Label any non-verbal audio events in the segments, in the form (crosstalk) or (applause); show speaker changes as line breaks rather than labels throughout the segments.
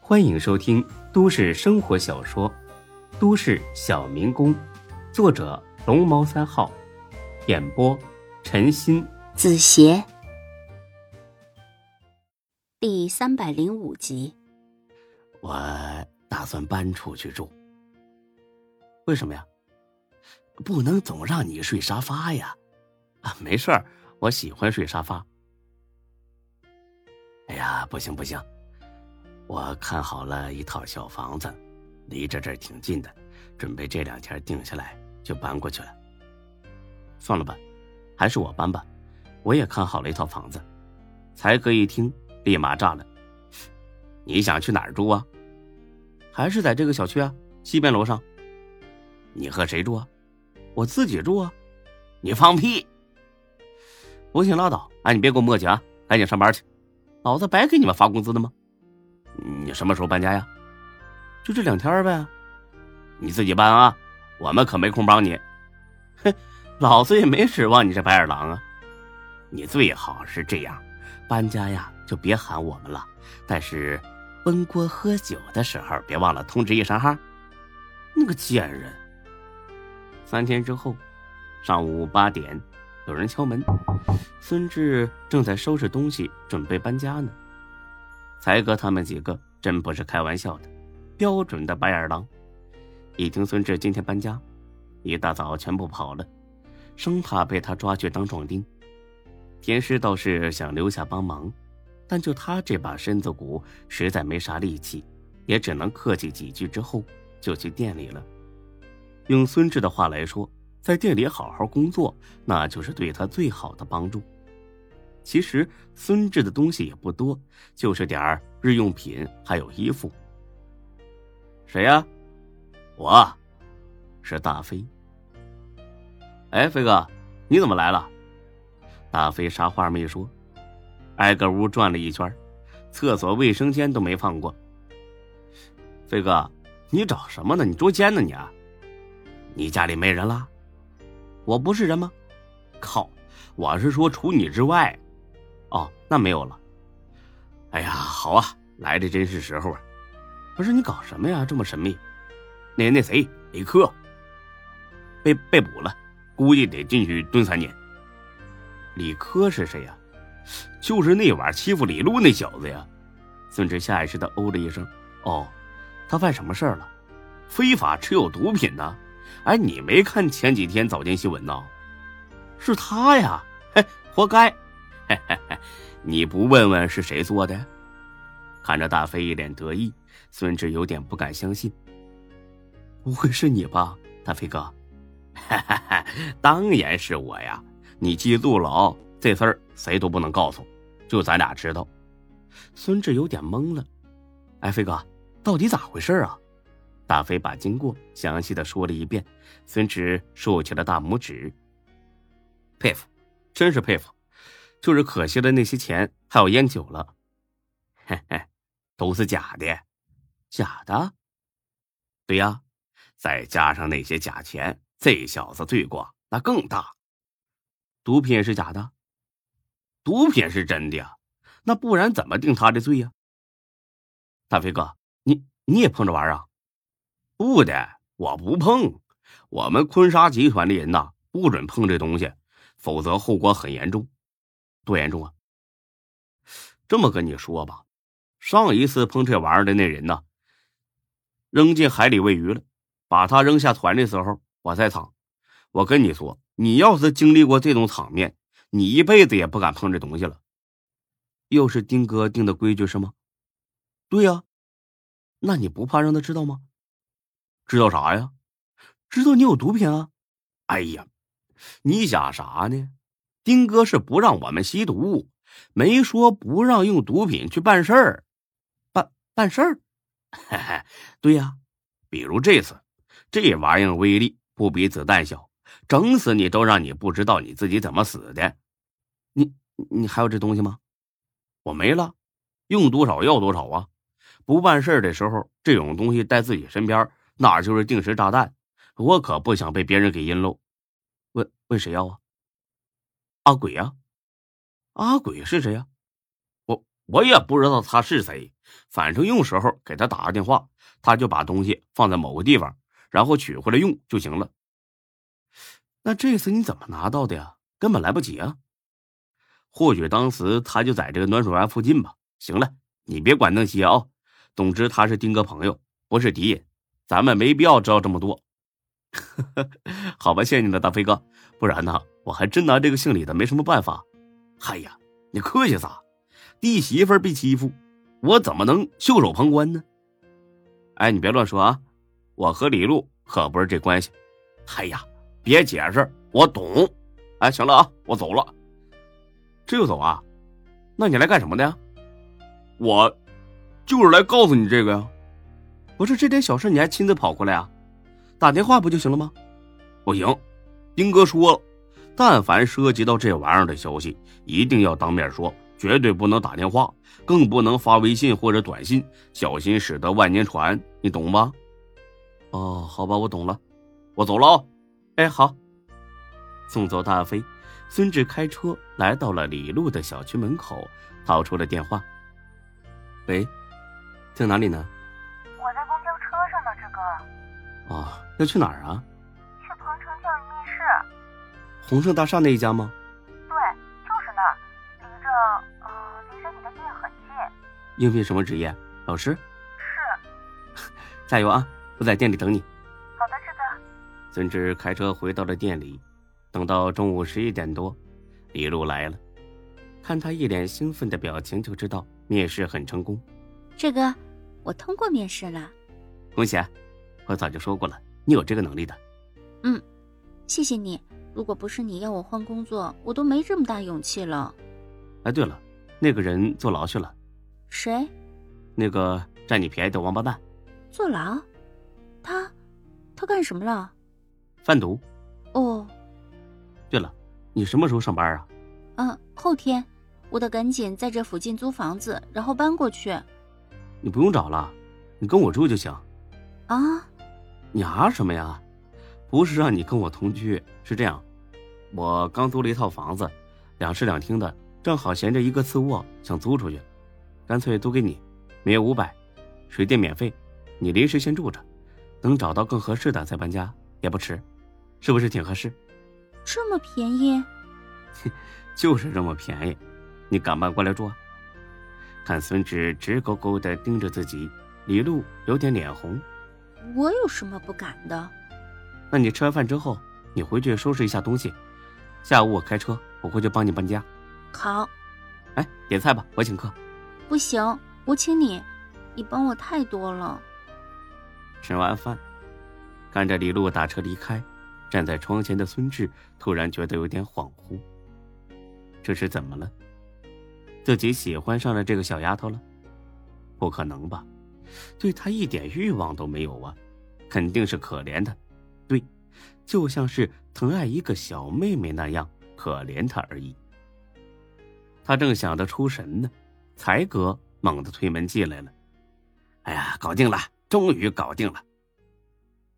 欢迎收听都市生活小说《都市小民工》，作者龙猫三号，演播陈鑫、
子邪，第三百零五集。
我打算搬出去住。为什么呀？不能总让你睡沙发呀！啊，没事儿，我喜欢睡沙发。哎呀，不行不行，我看好了一套小房子，离着这儿挺近的，准备这两天定下来就搬过去了。
算了吧，还是我搬吧，我也看好了一套房子。才哥一听，立马炸了：“你想去哪儿住啊？还是在这个小区啊，西边楼上？你和谁住啊？我自己住啊！
你放屁！
不信拉倒！哎，你别给我墨迹啊，赶紧上班去！老子白给你们发工资的吗？你什么时候搬家呀？就这两天呗。你自己搬啊，我们可没空帮你。哼，老子也没指望你这白眼狼啊！
你最好是这样，搬家呀就别喊我们了，但是温锅喝酒的时候别忘了通知一声哈。
那个贱人！三天之后，上午八点，有人敲门。孙志正在收拾东西，准备搬家呢。才哥他们几个真不是开玩笑的，标准的白眼狼。一听孙志今天搬家，一大早全部跑了，生怕被他抓去当壮丁。田师倒是想留下帮忙，但就他这把身子骨，实在没啥力气，也只能客气几句之后就去店里了。用孙志的话来说，在店里好好工作，那就是对他最好的帮助。其实孙志的东西也不多，就是点儿日用品，还有衣服。谁呀、啊？
我，
是大飞。哎，飞哥，你怎么来了？大飞啥话没说，挨个屋转了一圈，厕所、卫生间都没放过。飞哥，你找什么呢？你捉奸呢你、啊？
你家里没人啦？
我不是人吗？
靠！我是说除你之外，
哦，那没有了。
哎呀，好啊，来的真是时候啊！
不是你搞什么呀？这么神秘？
那那谁，李克被被捕了，估计得进去蹲三年。
李科是谁呀、啊？
就是那晚欺负李璐那小子呀！
孙志下意识的哦了一声。哦，他犯什么事儿了？
非法持有毒品呢、啊？哎，你没看前几天早间新闻呐？
是他呀！嘿，活该！
嘿嘿嘿，你不问问是谁做的？
看着大飞一脸得意，孙志有点不敢相信。
不会是你吧，大飞哥？ (laughs)
哈哈哈，当然是我呀！你记住了哦，这事儿谁都不能告诉，就咱俩知道。孙志有点懵了，
哎，飞哥，到底咋回事啊？
大飞把经过详细的说了一遍，孙志竖起了大拇指，
佩服，
真是佩服，就是可惜了那些钱还有烟酒了，
嘿嘿，都是假的，
假的，
对呀、啊，再加上那些假钱，这小子罪过那更大。
毒品是假的，
毒品是真的呀，那不然怎么定他的罪呀、啊？
大飞哥，你你也碰着玩啊？
不的，我不碰。我们坤沙集团的人呐，不准碰这东西，否则后果很严重。
多严重啊？
这么跟你说吧，上一次碰这玩意儿的那人呐，扔进海里喂鱼了。把他扔下船的时候，我在场。我跟你说。你要是经历过这种场面，你一辈子也不敢碰这东西了。
又是丁哥定的规矩是吗？
对呀、啊，
那你不怕让他知道吗？
知道啥呀？
知道你有毒品啊！
哎呀，你想啥呢？丁哥是不让我们吸毒，没说不让用毒品去办事儿。
办办事儿？
(laughs) 对呀、啊，比如这次，这玩意儿威力不比子弹小。整死你都让你不知道你自己怎么死的，
你你还有这东西吗？
我没了，用多少要多少啊！不办事的时候，这种东西在自己身边，那就是定时炸弹。我可不想被别人给阴喽。
问问谁要啊？
阿鬼呀、
啊？阿鬼是谁呀、啊？
我
我也不知道他是谁，反正用时候给他打个电话，他就把东西放在某个地方，然后取回来用就行了。那这次你怎么拿到的呀？根本来不及啊！或许当时他就在这个暖水湾附近吧。行了，你别管那些啊。总之他是丁哥朋友，不是敌人，咱们没必要知道这么多。 (laughs) 好吧，谢谢你了，大飞哥。不然呢，我还真拿这个姓李的没什么办法。嗨、哎、呀，你客气啥？弟媳妇被欺负，我怎么能袖手旁观呢？哎，你别乱说啊！我和李璐可不是这关系。哎呀，别解释，我懂。哎，行了啊，我走了。这就走啊？那你来干什么的呀？我就是来告诉你这个呀。不是这点小事你还亲自跑过来啊？打电话不就行了吗？不行，丁哥说了，但凡涉及到这玩意儿的消息，一定要当面说，绝对不能打电话，更不能发微信或者短信，小心驶得万年船，你懂吗？哦，好吧，我懂了，我走了啊。哎，好。送走大飞，孙志开车来到了李璐的小区门口，掏出了电话。喂，在哪里呢？
我在公交车上呢，志哥。
哦，要去哪儿啊？
去鹏城教育面试。
鸿盛大厦那一家吗？
对，就是那儿，离着呃，离着你的店很近。
应聘什么职业？老师？
是，
加油啊！我在店里等你。
好的，志哥。
孙志开车回到了店里，等到中午十一点多，李璐来了。看他一脸兴奋的表情，就知道面试很成功。
志哥，我通过面试了，
恭喜！啊！我早就说过了，你有这个能力的。
谢谢你。如果不是你要我换工作，我都没这么大勇气了。
哎，对了，那个人坐牢去了，
谁
那个占你便宜的王八蛋，
坐牢？他，他干什么了？
贩毒。
哦，
对了，你什么时候上班啊？
嗯，后天我得赶紧在这附近租房子，然后搬过去
你不用找了，你跟我住就行。
啊。
你啊什么呀？不是让你跟我同居，是这样，我刚租了一套房子，两室两厅的，正好闲着一个次卧，想租出去，干脆租给你，每月五百，水电免费，你临时先住着，等找到更合适的再搬家也不迟，是不是挺合适？
这么便宜？
就是这么便宜，你敢搬过来住、啊？看孙志直勾勾的盯着自己，李璐有点脸红。
我有什么不敢的？
那你吃完饭之后，你回去收拾一下东西，下午我开车，我会去帮你搬家。
好，
哎，点菜吧，我请客。
不行，我请你，你帮我太多了。
吃完饭，看着李璐打车离开，站在窗前的孙志突然觉得有点恍惚。这是怎么了？自己喜欢上了这个小丫头了？不可能吧？对她一点欲望都没有啊，肯定是可怜她。对，就像是疼爱一个小妹妹那样可怜她而已。他正想得出神呢，才哥猛地推门进来了。哎呀，搞定了，终于搞定了！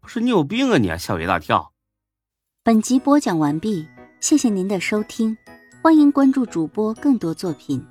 不是你有病啊你，吓我一大跳！
本集播讲完毕，谢谢您的收听，欢迎关注主播更多作品。